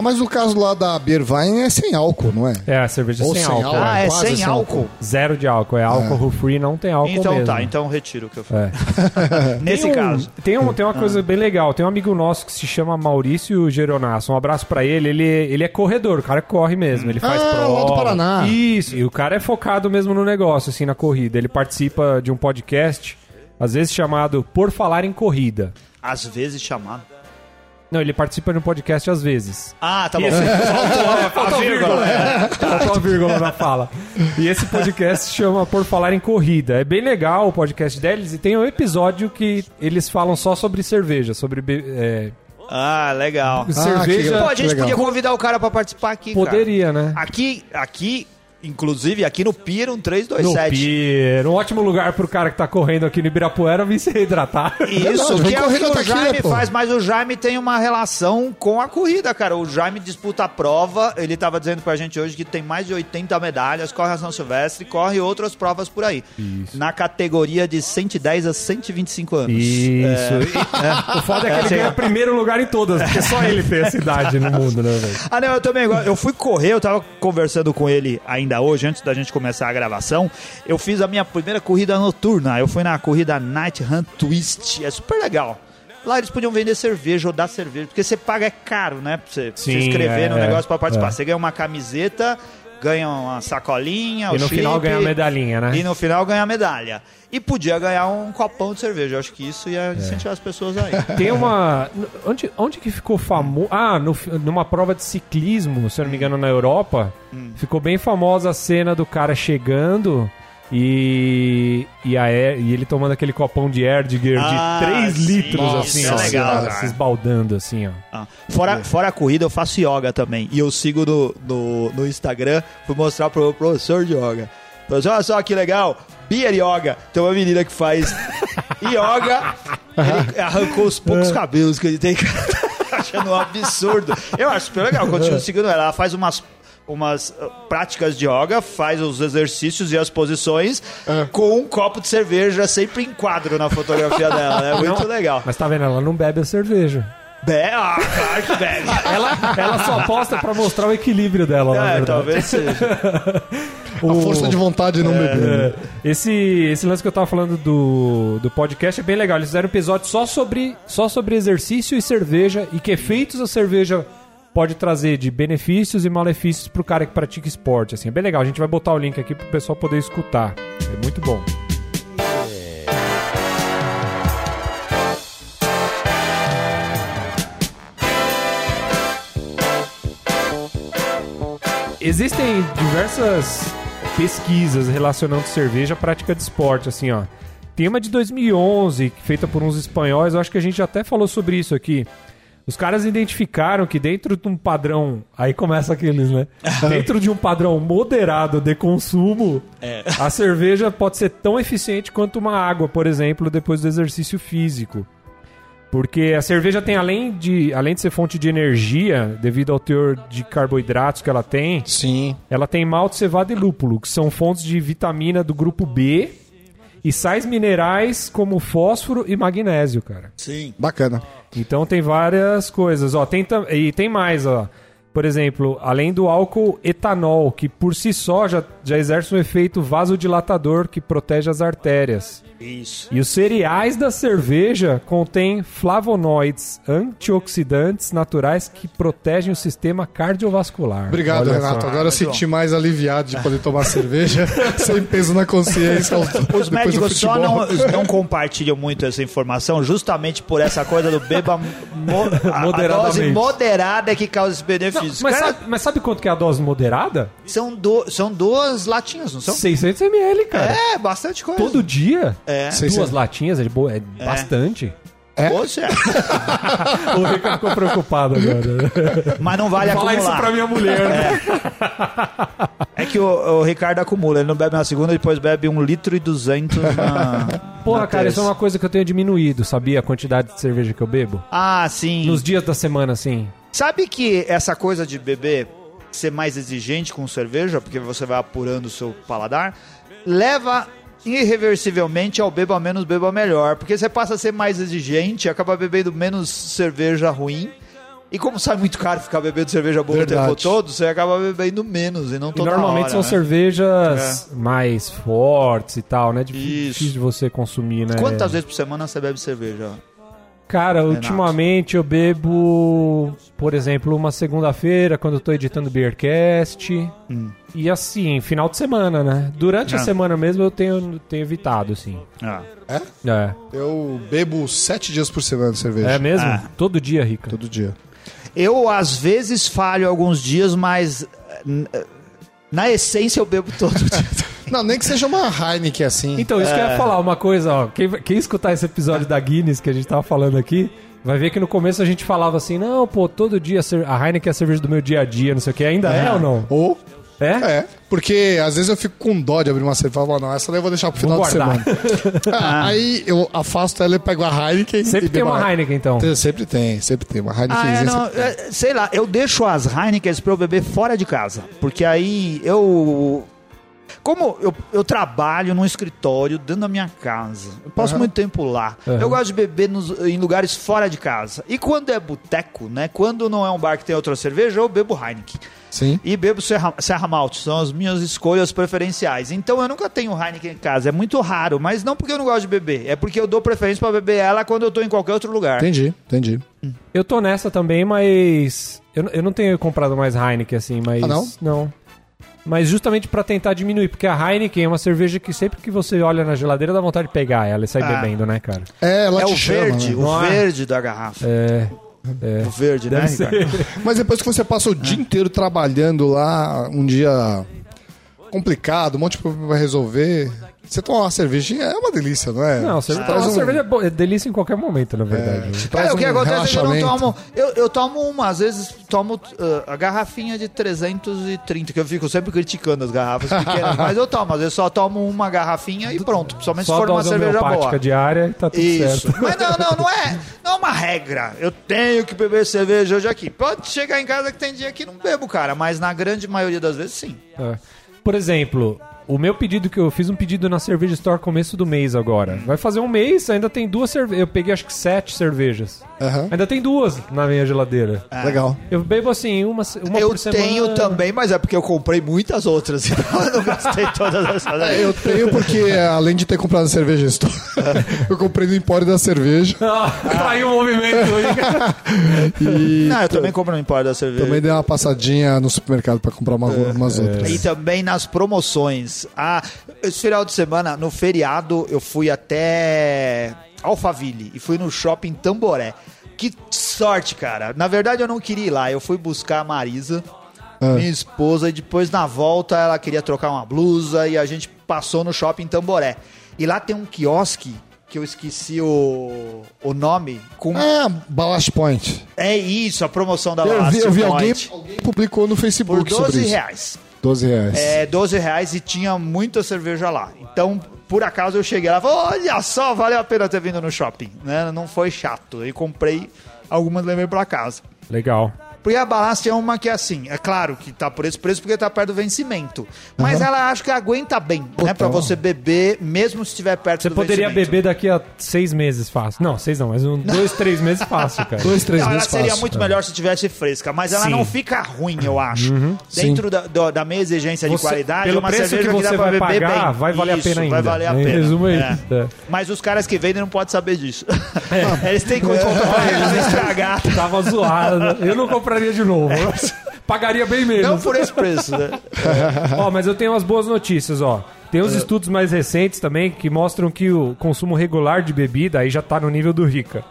Speaker 4: Mas o caso lá da Beervine é sem álcool, não é?
Speaker 2: É, a cerveja
Speaker 4: Ou
Speaker 2: sem,
Speaker 4: sem
Speaker 2: álcool.
Speaker 4: álcool.
Speaker 2: é.
Speaker 3: Ah, é
Speaker 4: quase
Speaker 3: sem
Speaker 4: sem
Speaker 3: álcool?
Speaker 4: álcool.
Speaker 2: Zero de álcool. É álcool free, não tem álcool
Speaker 3: Então
Speaker 2: um mesmo.
Speaker 3: tá, então retiro o que eu falei.
Speaker 2: É.
Speaker 3: Nesse
Speaker 2: tem um-
Speaker 3: caso. Ah.
Speaker 2: Tem, um, tem uma coisa bem legal. Tem um amigo nosso que se chama Maurício Geronasso. Um abraço pra ele. ele. Ele é corredor, o cara corre mesmo. Ele faz
Speaker 4: Ah,
Speaker 2: prova.
Speaker 4: lá do Paraná.
Speaker 2: Isso. E o cara é focado mesmo no negócio, assim, na corrida. Ele participa de um podcast, às vezes chamado Por Falar em Corrida.
Speaker 3: Às vezes chamado.
Speaker 2: Não, ele participa de um podcast às vezes.
Speaker 3: Ah, tá bom.
Speaker 2: E esse-
Speaker 3: Faltou- faltou a vírgula.
Speaker 2: Faltou a vírgula na fala. E esse podcast chama Por Falar em Corrida. É bem legal o podcast deles e tem um episódio que eles falam só sobre cerveja, sobre be- é,
Speaker 3: Ah, legal.
Speaker 2: cerveja.
Speaker 4: que
Speaker 3: Pô, a gente
Speaker 4: legal.
Speaker 3: podia convidar o cara pra participar aqui, cara.
Speaker 2: Poderia, né?
Speaker 3: Aqui, aqui Inclusive aqui no Pier um 327.
Speaker 2: Pier. Um ótimo lugar pro cara que tá correndo aqui no Ibirapuera vir se hidratar.
Speaker 3: Isso,
Speaker 4: Verdade, vem
Speaker 3: que é o
Speaker 4: correndo
Speaker 3: que
Speaker 4: até
Speaker 3: o
Speaker 4: aqui, né,
Speaker 3: Jaime
Speaker 4: pô?
Speaker 3: faz, mas o Jaime tem uma relação com a corrida, cara. O Jaime disputa a prova, ele tava dizendo pra gente hoje que tem mais de 80 medalhas, corre a São Silvestre, corre outras provas por aí. Na categoria de 110 a 125 anos.
Speaker 2: O foda é que ele ganha primeiro lugar em todas, porque só ele tem a cidade no mundo, né, velho?
Speaker 3: Ah, não, eu também. gosto. Eu fui correr, eu tava conversando com ele ainda hoje, antes da gente começar a gravação. Eu fiz a minha primeira corrida noturna. Eu fui na corrida Night Hunt Twist. É super legal. Lá eles podiam vender cerveja ou dar cerveja, porque você paga é caro, né? Pra você pra você
Speaker 2: Sim,
Speaker 3: escrever no
Speaker 2: é,
Speaker 3: negócio pra participar.
Speaker 2: é.
Speaker 3: Você ganha uma camiseta, ganha uma sacolinha,
Speaker 2: E
Speaker 3: o
Speaker 2: no final
Speaker 3: chip,
Speaker 2: ganha a medalhinha, né?
Speaker 3: E no final ganha a medalha. E podia ganhar um copão de cerveja. Eu acho que isso
Speaker 2: É.
Speaker 3: ia incentivar as pessoas aí.
Speaker 2: Tem uma. Onde, onde que ficou famoso? Ah, no- numa prova de ciclismo, se eu não me engano, na Europa.
Speaker 3: Hum.
Speaker 2: Ficou bem famosa a cena do cara chegando e. E, a Air- e ele tomando aquele copão de Erdiger
Speaker 3: Ah,
Speaker 2: de 3
Speaker 3: sim,
Speaker 2: litros, assim,
Speaker 3: isso
Speaker 4: é
Speaker 2: ó.
Speaker 4: legal,
Speaker 2: cara,
Speaker 3: cara.
Speaker 2: se esbaldando, assim, ó.
Speaker 3: Ah, Fora, fora a corrida, eu faço yoga também. E eu sigo no, no, no Instagram, fui mostrar pro meu professor de yoga. Professor, olha só que legal, Beer Yoga. Tem uma menina que faz yoga, ele arrancou os poucos cabelos que ele tem, achando um absurdo. Eu acho super legal, eu continuo seguindo ela. Ela faz umas umas ah, práticas de yoga, faz os exercícios e as posições com um copo de cerveja sempre em quadro na fotografia dela. É muito legal.
Speaker 2: Mas tá vendo, ela não bebe a cerveja.
Speaker 3: Be ah, claro que bebe.
Speaker 2: Ela, ela só posta pra mostrar o equilíbrio dela, na
Speaker 3: É,
Speaker 2: verdade.
Speaker 3: talvez seja.
Speaker 4: A
Speaker 2: O-
Speaker 4: força de vontade de
Speaker 2: É.
Speaker 4: não beber. né?
Speaker 2: Esse, esse lance que eu tava falando do, do podcast é bem legal. Eles fizeram um episódio só sobre, só sobre exercício e cerveja e que efeitos a cerveja pode trazer de benefícios e malefícios pro cara que pratica esporte. Assim, é bem legal. A gente vai botar o link aqui pro pessoal poder escutar. É muito bom. Existem diversas pesquisas relacionando cerveja à prática de esporte, assim, ó. Tem uma de 2011, feita por uns espanhóis, eu acho que a gente já até falou sobre isso aqui. Os caras identificaram que dentro de um padrão, aí começa aqueles, né? dentro de um padrão moderado de consumo, a cerveja pode ser tão eficiente quanto uma água, por exemplo, depois do exercício físico. Porque a cerveja tem, além de, além de ser fonte de energia, devido ao teor de carboidratos que ela tem,
Speaker 4: Sim.
Speaker 2: ela tem malte, cevada e lúpulo, que são fontes de vitamina do grupo B e sais minerais como fósforo e magnésio, cara.
Speaker 4: Bacana.
Speaker 2: Então tem várias coisas, ó, tem tam- e tem mais, ó. Por exemplo, além do álcool etanol, que por si só já, já exerce um efeito vasodilatador que protege as artérias.
Speaker 3: Isso.
Speaker 2: E os cereais da cerveja contêm flavonoides, antioxidantes naturais que protegem o sistema cardiovascular.
Speaker 4: Obrigado,
Speaker 2: Olha
Speaker 4: Renato.
Speaker 2: só.
Speaker 4: Agora eu senti mais aliviado de poder tomar cerveja sem peso na consciência.
Speaker 3: Os médicos só não, não compartilham muito essa informação justamente por essa coisa do beba mo- a- a
Speaker 2: Moderadamente.
Speaker 3: dose moderada que causa esse
Speaker 2: Não,
Speaker 3: benefício.
Speaker 2: mas,
Speaker 3: Cara,
Speaker 2: sabe, mas sabe quanto que é a dose moderada?
Speaker 3: são, do- são duas latinhas, não são?
Speaker 2: 600 ml, cara.
Speaker 3: Então- É, bastante coisa.
Speaker 2: Todo dia?
Speaker 3: É.
Speaker 4: Seis-
Speaker 2: Duas latinhas é, de boa, é bastante. É?
Speaker 3: Poxa,
Speaker 2: O Rica ficou preocupado
Speaker 3: né?
Speaker 2: agora.
Speaker 3: mas não vale
Speaker 2: Falar isso
Speaker 3: acumular.
Speaker 2: pra minha mulher, né?
Speaker 3: É que o, o Ricardo acumula, ele não bebe na segunda, depois bebe um litro e duzentos na.
Speaker 2: Porra,
Speaker 3: na
Speaker 2: cara, isso
Speaker 3: terça.
Speaker 2: é uma coisa que eu tenho diminuído, sabia? A quantidade de cerveja que eu bebo.
Speaker 3: Ah, sim.
Speaker 2: Nos dias da semana, assim.
Speaker 3: Sabe que essa coisa de beber ser mais exigente com cerveja, porque você vai apurando o seu paladar, leva irreversivelmente ao beba menos, beba melhor. Porque você passa a ser mais exigente, acaba bebendo menos cerveja ruim. E como sai muito caro ficar bebendo cerveja boa o tempo
Speaker 4: Verdade.
Speaker 3: todo, você acaba bebendo menos e não
Speaker 2: E
Speaker 3: toda
Speaker 2: normalmente
Speaker 3: hora,
Speaker 2: são
Speaker 3: né? É.
Speaker 2: cervejas mais fortes e tal, né? Difí-
Speaker 3: Isso.
Speaker 2: Difícil de você consumir, né?
Speaker 3: Quantas vezes por semana você bebe cerveja?
Speaker 2: Cara, ultimamente eu bebo, por exemplo, uma segunda-feira, quando eu tô editando Beercast. E assim, final de semana, né? Durante a
Speaker 3: Ah.
Speaker 2: semana mesmo eu tenho, tenho evitado, assim.
Speaker 3: Ah.
Speaker 2: É.
Speaker 4: Eu bebo sete dias por semana de cerveja.
Speaker 2: É mesmo?
Speaker 3: Ah.
Speaker 2: Todo dia, Rica.
Speaker 4: Todo dia.
Speaker 3: Eu, às vezes, falho alguns dias, mas... eh, n- eh, Na essência, eu bebo todo dia.
Speaker 4: Não, nem que seja uma Heineken assim.
Speaker 2: Então, isso que eu ia falar, uma coisa, ó. Quem, quem escutar esse episódio da Guinness que a gente tava falando aqui, vai ver que no começo a gente falava assim, não, pô, todo dia a cer- a Heineken é a cerveja do meu dia a dia, não sei o que. Ainda é ou não?
Speaker 4: Ou
Speaker 2: É?
Speaker 4: É, porque às vezes eu fico com dó de abrir uma cerveja e falo, não, essa daí eu vou deixar pro final
Speaker 2: Vou
Speaker 4: de
Speaker 2: guardar.
Speaker 4: semana. Ah, Aí eu afasto ela e pego a Heineken.
Speaker 2: Sempre
Speaker 4: e
Speaker 2: tem
Speaker 4: bebo
Speaker 2: uma Heineken, então.
Speaker 4: Tem- Sempre tem, sempre tem. Uma
Speaker 3: Ah, é,
Speaker 4: Heinekenzinha.
Speaker 3: não,
Speaker 4: sempre tem.
Speaker 3: é, sei lá, eu deixo as Heinekens pra eu beber fora de casa. Porque aí eu. Como eu, eu trabalho num escritório dentro da minha casa, eu passo muito tempo lá. Eu gosto de beber nos- em lugares fora de casa. E quando é boteco, né? Quando não é um bar que tem outra cerveja, eu bebo Heineken.
Speaker 4: Sim.
Speaker 3: E bebo Serra, Serra Malte, são as minhas escolhas preferenciais. Então eu nunca tenho Heineken em casa, é muito raro, mas não porque eu não gosto de beber, é porque eu dou preferência pra beber ela quando eu tô em qualquer outro lugar.
Speaker 4: Entendi, entendi.
Speaker 2: Eu tô nessa também, mas. Eu, eu não tenho comprado mais Heineken assim, mas.
Speaker 4: Ah, não?
Speaker 2: Não. Mas justamente pra tentar diminuir, porque a Heineken é uma cerveja que sempre que você olha na geladeira dá vontade de pegar ela e sair
Speaker 3: Ah.
Speaker 2: bebendo, né, cara?
Speaker 4: É, ela
Speaker 3: É
Speaker 4: te
Speaker 3: o
Speaker 4: chama,
Speaker 3: verde,
Speaker 4: né?
Speaker 3: o
Speaker 2: Não é?
Speaker 3: verde da garrafa.
Speaker 2: É. É.
Speaker 3: O verde, né,
Speaker 2: Deve ser.
Speaker 3: Ricardo?
Speaker 4: Mas depois que você passa o dia
Speaker 3: É.
Speaker 4: inteiro trabalhando lá, um dia complicado, um monte de problema pra resolver, você toma uma cervejinha, é uma delícia, não é?
Speaker 2: Não, cerveja,
Speaker 4: traz
Speaker 2: uma
Speaker 4: um-
Speaker 2: cerveja é boa- é delícia em qualquer momento, na verdade. né?
Speaker 4: traz
Speaker 3: Ah, é, o que
Speaker 4: um
Speaker 3: acontece é que eu não
Speaker 4: relaxamento.
Speaker 3: tomo. Eu, eu tomo uma, às vezes tomo ah, a garrafinha de 330, que eu fico sempre criticando as garrafas pequenas, mas eu tomo, às vezes só tomo uma garrafinha e pronto, principalmente
Speaker 2: Só
Speaker 3: se
Speaker 2: a
Speaker 3: for uma
Speaker 2: dose
Speaker 3: cerveja
Speaker 2: homeopática
Speaker 3: boa.
Speaker 2: diária e tá tudo
Speaker 3: Isso.
Speaker 2: certo.
Speaker 3: Mas não, não, não é, não é uma regra. Eu tenho que beber cerveja hoje aqui. Pode chegar em casa que tem dia que não bebo, cara, mas na grande maioria das vezes sim.
Speaker 2: É. Por exemplo, o meu pedido que eu fiz um pedido na Cerveja Store começo do mês agora. Vai fazer um mês, ainda tem duas cervejas. Eu peguei acho que sete cervejas.
Speaker 4: Aham.
Speaker 2: Ainda tem duas na minha geladeira.
Speaker 3: É.
Speaker 4: Legal.
Speaker 2: Eu bebo assim, uma, uma
Speaker 3: eu
Speaker 2: por semana.
Speaker 3: tenho também, mas é porque eu comprei muitas outras, então eu não gastei todas as
Speaker 4: É, Eu tenho porque, além de ter comprado a cerveja em store,
Speaker 3: É.
Speaker 4: eu comprei no Empório da Cerveja
Speaker 2: Ah, Traiu o movimento aí.
Speaker 4: e
Speaker 3: Não, eu também compro no Empório da Cerveja.
Speaker 4: também dei uma passadinha no supermercado pra comprar uma- umas outras.
Speaker 3: É. E também nas promoções. Ah, esse final de semana, no feriado, eu fui até Alphaville e fui no shopping Tamboré. Que sorte, cara. Na verdade, eu não queria ir lá. Eu fui buscar a Marisa,
Speaker 4: Ah.
Speaker 3: minha esposa, e depois na volta ela queria trocar uma blusa e a gente passou no shopping Tamboré. E lá tem um quiosque que eu esqueci o, o nome. Com...
Speaker 4: Ah, Ballast Point.
Speaker 3: É isso, a promoção da
Speaker 4: Eu vi, eu vi
Speaker 3: Last
Speaker 4: alguém,
Speaker 3: Point.
Speaker 4: alguém publicou no
Speaker 3: por
Speaker 4: Facebook sobre
Speaker 3: 12
Speaker 4: isso.
Speaker 3: reais.
Speaker 4: 12 reais.
Speaker 3: É, 12 reais e tinha muita cerveja lá. Então, por acaso, eu cheguei lá e falei, olha só, valeu a pena ter vindo no shopping. Né? Não foi chato. E comprei algumas levei pra casa.
Speaker 2: Legal.
Speaker 3: Porque a Ballast é uma que é assim, é claro que tá por esse preço porque tá perto do vencimento. Mas ela acho que aguenta bem, né? Pra você beber, mesmo se estiver perto
Speaker 2: Você
Speaker 3: do
Speaker 2: poderia
Speaker 3: vencimento.
Speaker 2: beber daqui a seis meses fácil. Não, seis não, mas um, dois, três meses fácil, cara.
Speaker 4: Dois, três
Speaker 3: Não, ela
Speaker 4: meses
Speaker 3: seria
Speaker 4: fácil.
Speaker 3: muito
Speaker 2: é.
Speaker 3: melhor se tivesse fresca, mas ela
Speaker 2: Sim. Uhum,
Speaker 3: não fica ruim, eu acho. Dentro da, do- da minha exigência de
Speaker 2: Você-
Speaker 3: qualidade,
Speaker 2: pelo
Speaker 3: uma
Speaker 2: preço
Speaker 3: cerveja
Speaker 2: que
Speaker 3: dá
Speaker 2: você
Speaker 3: pra
Speaker 2: vai
Speaker 3: beber
Speaker 2: pagar,
Speaker 3: bem.
Speaker 2: vai valer a
Speaker 3: Isso,
Speaker 2: pena
Speaker 3: Vai
Speaker 2: ainda.
Speaker 3: valer a
Speaker 2: Em
Speaker 3: pena.
Speaker 2: resumo é
Speaker 3: É.
Speaker 2: isso, é.
Speaker 3: Mas os caras que vendem não podem saber disso. Eles têm que contar
Speaker 2: É.
Speaker 3: pra eles não estragar.
Speaker 2: Tava zoada. Eu não compraria de novo. Pagaria bem
Speaker 3: Não
Speaker 2: menos.
Speaker 3: por esse preço, né?
Speaker 2: Ó, mas eu tenho umas boas notícias, ó. Tem
Speaker 3: Ah.
Speaker 2: uns estudos mais recentes também que mostram que o consumo regular de bebida aí já tá no nível do Rica.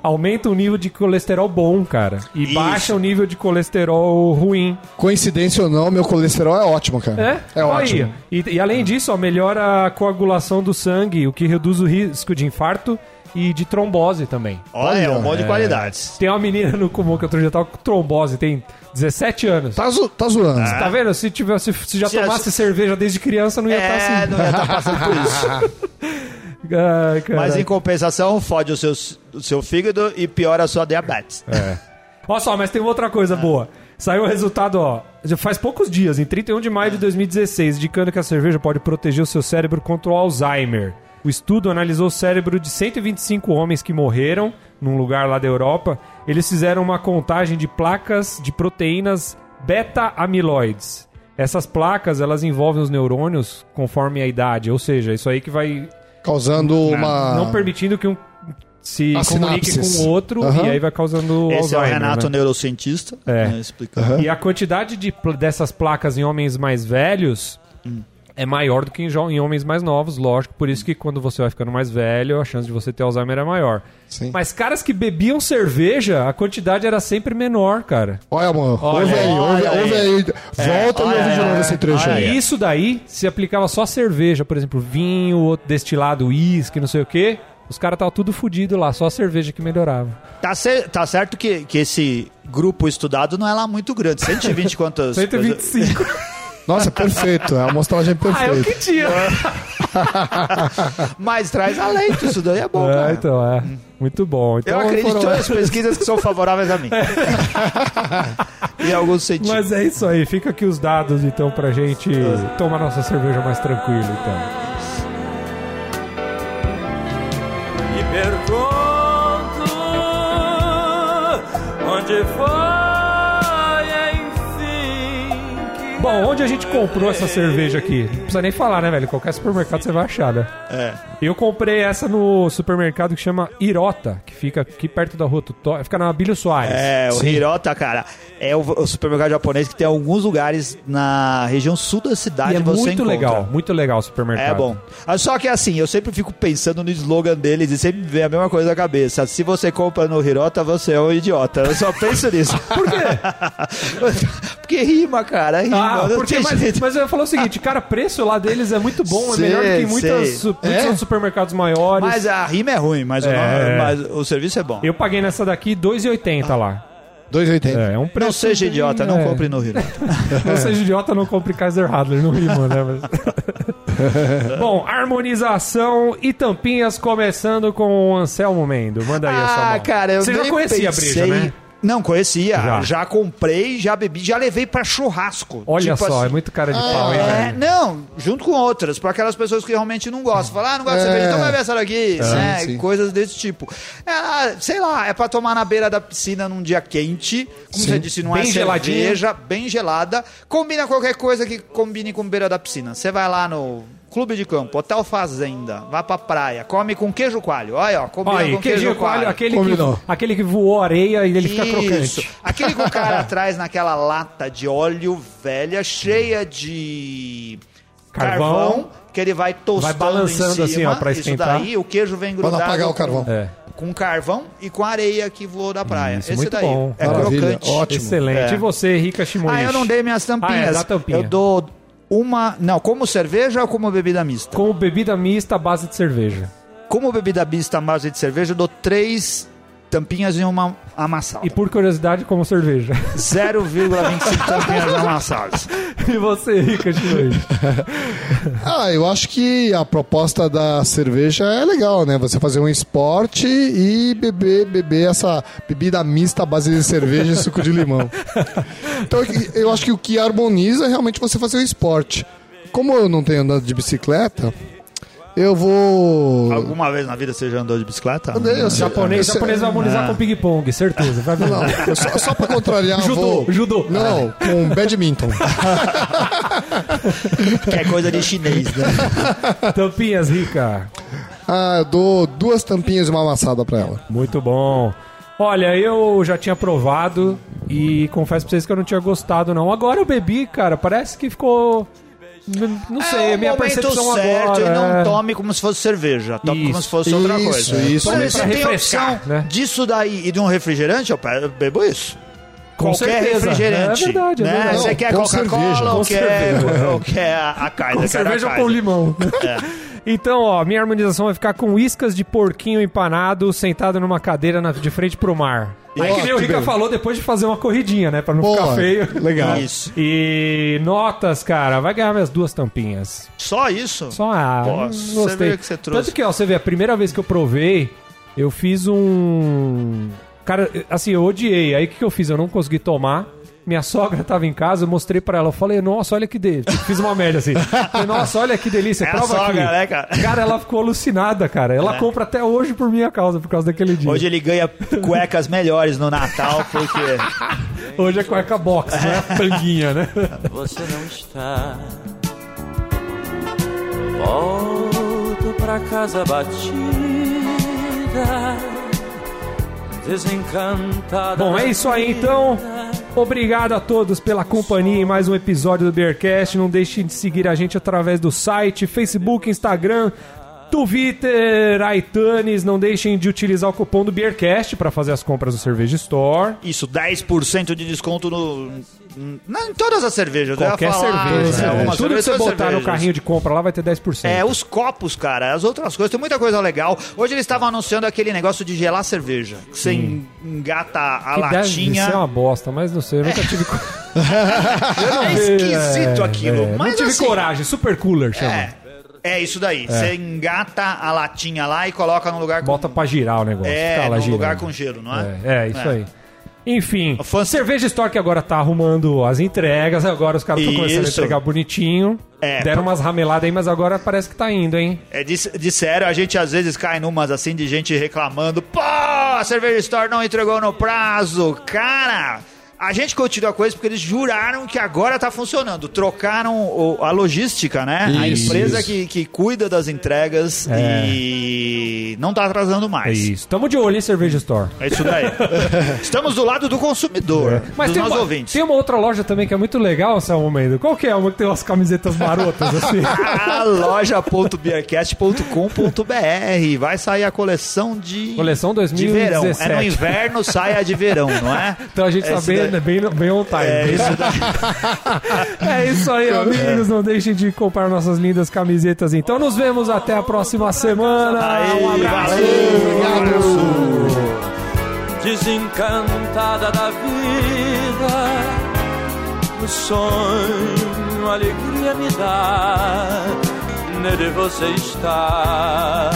Speaker 2: Aumenta o nível de colesterol bom, cara. E
Speaker 3: Isso.
Speaker 2: baixa o nível de colesterol ruim.
Speaker 4: Coincidência ou não, meu colesterol é ótimo,
Speaker 2: É?
Speaker 4: cara.
Speaker 2: Olha aí.
Speaker 4: ótimo.
Speaker 2: E, e além
Speaker 3: É.
Speaker 2: disso, ó, melhora a coagulação do sangue, o que reduz o risco de infarto e de trombose também.
Speaker 3: Olha, é um monte de qualidades.
Speaker 2: Tem uma menina no comum que outro dia tava com trombose, tem 17 anos.
Speaker 4: Tá, zo- tá zoando.
Speaker 2: Tá vendo? Se, tivesse, se já
Speaker 3: Se
Speaker 2: tomasse
Speaker 3: a-
Speaker 2: cerveja desde criança, não ia estar
Speaker 3: É,
Speaker 2: assim.
Speaker 3: não ia estar passando por isso.
Speaker 2: Ai, cara.
Speaker 3: Mas em compensação, fode o seu, o seu fígado e piora a sua diabetes.
Speaker 2: É. Olha só, mas tem outra
Speaker 4: Ah.
Speaker 2: coisa boa. Saiu o resultado, ó. já Faz poucos dias, em 31 de
Speaker 4: Ah.
Speaker 2: maio de 2016, indicando que a cerveja pode proteger o seu cérebro contra o Alzheimer. O estudo analisou o cérebro de 125 homens que morreram num lugar lá da Europa. Eles fizeram uma contagem de placas de proteínas beta-amiloides. Essas placas, elas envolvem os neurônios conforme a idade, ou seja, isso aí que vai
Speaker 4: Causando uma.
Speaker 2: não permitindo que um se
Speaker 4: As
Speaker 2: comunique
Speaker 4: Ah. sinapses.
Speaker 2: com o outro
Speaker 4: Aham.
Speaker 2: e aí vai causando
Speaker 3: Esse é o
Speaker 2: Alzheimer,
Speaker 3: Renato,
Speaker 2: né?
Speaker 3: neurocientista,
Speaker 2: É.
Speaker 3: né, explicando.
Speaker 2: E a quantidade de, pl- dessas placas em homens mais velhos é maior do que em, jo- em homens mais novos, lógico. Por isso que quando você vai ficando mais velho, a chance de você ter Alzheimer é maior.
Speaker 4: Sim.
Speaker 2: Mas caras que bebiam cerveja, a quantidade era sempre menor, cara.
Speaker 4: Olha, amor.
Speaker 2: Olha
Speaker 4: ouve aí,
Speaker 2: aí.
Speaker 4: ouve, ouve aí. Volta e
Speaker 3: olha
Speaker 4: ouve de
Speaker 3: aí,
Speaker 4: novo esse trecho
Speaker 3: olha
Speaker 4: aí.
Speaker 3: aí.
Speaker 2: E isso daí se aplicava só à cerveja, por exemplo, vinho, outro destilado, uísque, não sei o quê. Os caras estavam tudo fudido lá, só a cerveja que melhorava.
Speaker 3: Tá, cer- tá certo que, que esse grupo estudado não é lá muito grande. 120 quantas...
Speaker 2: 125.
Speaker 4: Nossa, perfeito. É uma amostragem
Speaker 2: Ah, eu que
Speaker 4: perfeita.
Speaker 2: tinha.
Speaker 3: Mas traz alento, isso daí é bom,
Speaker 2: É,
Speaker 3: cara.
Speaker 2: então, é. Muito bom.
Speaker 3: Eu
Speaker 2: Então,
Speaker 3: acredito
Speaker 2: foram-
Speaker 3: nas pesquisas que são favoráveis a mim. em alguns sentidos.
Speaker 2: Mas é isso aí. Fica aqui os dados, então, pra gente tomar nossa cerveja mais tranquilo, então.
Speaker 5: E pergunto onde foi, enfim. que
Speaker 2: Bom, onde a gente comprou essa cerveja aqui? Não precisa nem falar, né, velho? Qualquer supermercado você vai achar, né?
Speaker 3: É.
Speaker 2: Eu comprei essa no supermercado que chama Irota, que fica aqui perto da rua Tutó. Fica na Abílio Soares.
Speaker 3: É, o Hirota, cara, é o, o supermercado japonês que tem alguns lugares na região sul da
Speaker 2: E
Speaker 3: cidade
Speaker 2: é
Speaker 3: você
Speaker 2: muito
Speaker 3: encontra.
Speaker 2: legal, muito legal o supermercado.
Speaker 3: É bom. Ah, Só que assim, eu sempre fico pensando no slogan deles e sempre me vem a mesma coisa na cabeça. Se você compra no Hirota, você é um idiota. Eu só penso nisso. Por quê? porque rima, cara. Rima.
Speaker 2: Ah,
Speaker 3: Não
Speaker 2: porque,
Speaker 3: tem
Speaker 2: mas,
Speaker 3: jeito.
Speaker 2: mas eu ia falar o seguinte, cara, preço lá deles é muito bom, é
Speaker 3: Sei,
Speaker 2: melhor do que
Speaker 3: sei.
Speaker 2: muitas, su- muitos
Speaker 4: É?
Speaker 2: outros supermercados maiores.
Speaker 3: Mas a rima é ruim, mas, o,
Speaker 2: É.
Speaker 3: nome- mas o serviço é bom.
Speaker 2: Eu paguei nessa daqui 2,80 lá.
Speaker 4: 2,80.
Speaker 2: É, é um preço.
Speaker 3: Não seja
Speaker 2: de-
Speaker 3: idiota,
Speaker 2: é.
Speaker 3: não compre no Hirota.
Speaker 4: É.
Speaker 2: Não seja idiota, não compre Kaiser Radler, não rima, né? Mas- Bom, harmonização e tampinhas, começando com o Anselmo Mendo. Manda aí essa
Speaker 3: Ah,
Speaker 2: mão.
Speaker 3: cara, eu
Speaker 2: Você já
Speaker 3: nem
Speaker 2: conhecia
Speaker 3: pensei...
Speaker 2: a breja, né?
Speaker 3: Não, conhecia.
Speaker 2: Já.
Speaker 3: Já. comprei, já bebi, já levei pra churrasco.
Speaker 2: Olha
Speaker 3: Tipo
Speaker 2: só,
Speaker 3: assim,
Speaker 2: é muito cara de pau, hein,
Speaker 3: É,
Speaker 2: velho?
Speaker 3: não, junto com outras, para aquelas pessoas que realmente não gostam. Falar, ah, não gosto de
Speaker 4: É.
Speaker 3: cerveja, então vai ver essa daqui, né?
Speaker 4: sim.
Speaker 3: Coisas desse tipo. É, ah, sei lá, é para tomar na beira da piscina num dia quente, como
Speaker 4: Sim.
Speaker 3: você disse, numa
Speaker 2: Bem geladinha.
Speaker 3: cerveja bem gelada. Combina qualquer coisa que combine com beira da piscina. Você vai lá no clube de campo, hotel fazenda, vai pra praia, come com queijo coalho. Olha, ó, combina
Speaker 2: Olha aí,
Speaker 3: com queijo,
Speaker 2: queijo coalho,
Speaker 3: coalho.
Speaker 2: aquele
Speaker 4: Combinou.
Speaker 2: que, aquele que voou areia e ele fica crocante.
Speaker 3: Aquele que o cara traz naquela lata de óleo velha, cheia de
Speaker 2: Carvão.
Speaker 3: carvão, que ele vai tostando
Speaker 2: Vai balançando
Speaker 3: em cima.
Speaker 2: assim, ó, pra esquentar.
Speaker 3: Isso daí, o queijo vem
Speaker 4: Pra não
Speaker 3: grudado
Speaker 4: apagar o carvão.
Speaker 2: É,
Speaker 3: com carvão e com areia que voou da praia.
Speaker 2: Isso,
Speaker 3: Esse
Speaker 2: muito
Speaker 3: daí
Speaker 2: bom.
Speaker 3: é
Speaker 4: Maravilha,
Speaker 3: crocante.
Speaker 4: ótimo.
Speaker 2: excelente.
Speaker 3: É.
Speaker 2: E você, Rica Shimonishi?
Speaker 3: Ah, eu não dei minhas tampinhas.
Speaker 2: Ah, é, dá tampinha.
Speaker 3: Eu dou uma, não, como cerveja ou como bebida mista?
Speaker 2: Como bebida mista à base de cerveja.
Speaker 3: Como bebida mista, massa de cerveja, eu dou três tampinhas e uma amassada.
Speaker 2: E por curiosidade, como cerveja.
Speaker 3: 0,25 tampinhas amassadas.
Speaker 2: e você, Rica Shimonishi?
Speaker 4: Ah, eu acho que a proposta da cerveja é legal, né? Você fazer um esporte e beber, beber essa bebida mista à base de cerveja e suco de limão. Então eu acho que o que harmoniza é realmente você fazer um esporte. Como eu não tenho andado de bicicleta, eu vou.
Speaker 3: Alguma vez na vida você já andou de bicicleta?
Speaker 4: Eu-
Speaker 2: Japonês,
Speaker 4: eu-
Speaker 2: japonês vai harmonizar com ping-pong, certeza. Vai ver lá.
Speaker 4: é- Ah. Não, só, só pra contrariar, eu
Speaker 2: Judô,
Speaker 4: vou...
Speaker 2: judô.
Speaker 4: Não, com badminton.
Speaker 3: Que é coisa de chinês, né?
Speaker 2: Tampinhas, Rica.
Speaker 4: Ah, eu dou duas tampinhas e uma amassada pra ela.
Speaker 2: Muito bom. Olha, eu já tinha provado e confesso pra vocês que eu não tinha gostado, não. Agora eu bebi, cara, parece que ficou. n- Não sei, é
Speaker 3: o
Speaker 2: minha percepção agora.
Speaker 3: e não
Speaker 2: é.
Speaker 3: tome como se fosse cerveja. Tome
Speaker 2: Isso,
Speaker 3: como se fosse outra
Speaker 4: isso,
Speaker 3: coisa.
Speaker 4: isso,
Speaker 3: Por
Speaker 4: né?
Speaker 3: exemplo, se
Speaker 2: Pra
Speaker 3: tem
Speaker 2: refrescar,
Speaker 3: opção
Speaker 2: né?
Speaker 3: disso daí e de um refrigerante, eu pe- eu bebo isso.
Speaker 2: Com
Speaker 3: Qualquer
Speaker 2: certeza.
Speaker 3: refrigerante.
Speaker 2: É verdade, é
Speaker 3: né?
Speaker 2: verdade.
Speaker 3: Você quer
Speaker 4: com
Speaker 3: Coca-Cola
Speaker 4: cerveja.
Speaker 3: ou
Speaker 2: Com
Speaker 3: quer, ou quer a, a Kaiser?
Speaker 2: Com
Speaker 3: quer a
Speaker 2: cerveja ou
Speaker 3: Kaiser.
Speaker 2: com limão.
Speaker 4: É.
Speaker 2: Então, ó, minha harmonização vai ficar com iscas de porquinho empanado sentado numa cadeira na- de frente pro mar. Aí
Speaker 4: Boa,
Speaker 2: que nem o
Speaker 4: que
Speaker 2: Rica
Speaker 4: bem.
Speaker 2: falou depois de fazer uma corridinha, né? Pra não ficar
Speaker 4: É Boa,
Speaker 2: feio.
Speaker 4: legal.
Speaker 3: Isso.
Speaker 2: E notas, cara, vai ganhar minhas duas tampinhas.
Speaker 3: Só isso?
Speaker 2: Só a.
Speaker 3: Pô,
Speaker 2: não
Speaker 3: você
Speaker 2: gostei.
Speaker 3: vê que você trouxe.
Speaker 2: Tanto que, ó, você vê, a primeira vez que eu provei, eu fiz um. Cara, assim, eu odiei. Aí o que, que eu fiz? Eu não consegui tomar. Minha sogra tava em casa, eu mostrei pra ela. Eu falei, nossa, olha que delícia. Fiz uma merda assim. Falei, nossa, olha que delícia.
Speaker 3: É a
Speaker 2: prova
Speaker 3: sogra,
Speaker 2: aqui.
Speaker 3: né, cara? É.
Speaker 2: Cara, ela ficou alucinada, cara. Ela compra até hoje por minha causa, por causa daquele dia.
Speaker 3: Hoje ele ganha cuecas melhores no Natal, porque.
Speaker 2: Hoje é cueca box, não é a tanguinha, né?
Speaker 5: Você não está. Volto pra casa batida, desencantada.
Speaker 2: Bom, é isso aí então. Obrigado a todos pela companhia em mais um episódio do Beercast. Não deixem de seguir a gente através do site, Facebook, Instagram, Twitter, iTunes. Não deixem de utilizar o cupom do Beercast para fazer as compras no Cerveja Store.
Speaker 3: Isso, 10% de desconto no. Não, em todas as cervejas, eu
Speaker 2: Qualquer
Speaker 3: ia falar,
Speaker 2: cerveja.
Speaker 3: né,
Speaker 2: né?
Speaker 3: alguma
Speaker 2: Tudo que você
Speaker 3: cerveja, todas as
Speaker 2: botar no
Speaker 3: cervejas.
Speaker 2: carrinho de compra lá vai ter 10%.
Speaker 3: É, os copos, cara, as outras coisas, tem muita coisa legal. Hoje eles estavam anunciando aquele negócio de gelar cerveja. Que você engata a
Speaker 2: que deve
Speaker 3: latinha.
Speaker 2: ser uma bosta, mas não sei, eu nunca tive. co-
Speaker 3: É esquisito aquilo.
Speaker 2: É,
Speaker 3: mas
Speaker 2: não tive
Speaker 3: assim,
Speaker 2: coragem, super cooler chama.
Speaker 3: É, é isso daí. Você engata a latinha lá e coloca num lugar com...
Speaker 2: Bota pra girar o negócio.
Speaker 3: é,
Speaker 2: fica lá
Speaker 3: num
Speaker 2: girando.
Speaker 3: lugar com gelo, não é?
Speaker 2: É, é, isso
Speaker 3: É.
Speaker 2: aí. Enfim,
Speaker 3: O fã-
Speaker 2: Cerveja Store que agora tá arrumando as entregas, agora os caras estão começando a
Speaker 3: Isso.
Speaker 2: entregar bonitinho.
Speaker 3: É,
Speaker 2: Deram
Speaker 3: por-
Speaker 2: umas rameladas aí, mas agora parece que tá indo, hein?
Speaker 3: É, dis- disseram, a gente às vezes cai numas assim de gente reclamando. Pô, a Cerveja Store não entregou no prazo. Cara, a gente continua com isso porque eles juraram que agora tá funcionando. Trocaram o- a logística, né? a
Speaker 4: Isso,
Speaker 3: empresa
Speaker 4: isso.
Speaker 3: que, que cuida das entregas
Speaker 2: É.
Speaker 3: e não tá atrasando
Speaker 2: É
Speaker 3: mais.
Speaker 2: isso. Tamo de olho, hein, Cerveja Store.
Speaker 3: É isso daí. Estamos do lado do consumidor,
Speaker 2: É. Mas
Speaker 3: dos
Speaker 2: tem
Speaker 3: nossos
Speaker 2: uma,
Speaker 3: ouvintes.
Speaker 2: tem uma outra loja também que é muito legal, Selma Mendes. Qual que é? Uma que tem umas camisetas marotas, assim.
Speaker 3: a loja.beercast.com.br. Vai sair a coleção de.
Speaker 2: Coleção
Speaker 3: De verão. É no
Speaker 2: 2017.
Speaker 3: inverno, saia de verão, não é?
Speaker 2: Então a gente tá
Speaker 3: Esse daí-
Speaker 2: bem, bem, bem on time.
Speaker 3: É isso daí.
Speaker 2: É isso aí, amigos. Não deixem de comprar nossas lindas camisetas. Então nos vemos até a próxima semana. Um
Speaker 3: Aí,
Speaker 2: abraço.
Speaker 3: valeu.
Speaker 5: desencantada da vida. No sonho, a alegria me dá, nele você está.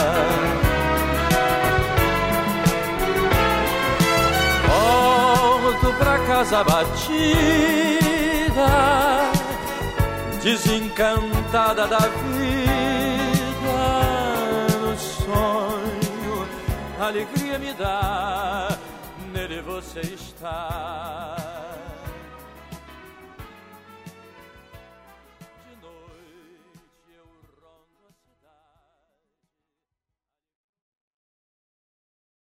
Speaker 5: Volto pra casa batida, desencantada da vida. No sonho, a alegria me dá, nele você está.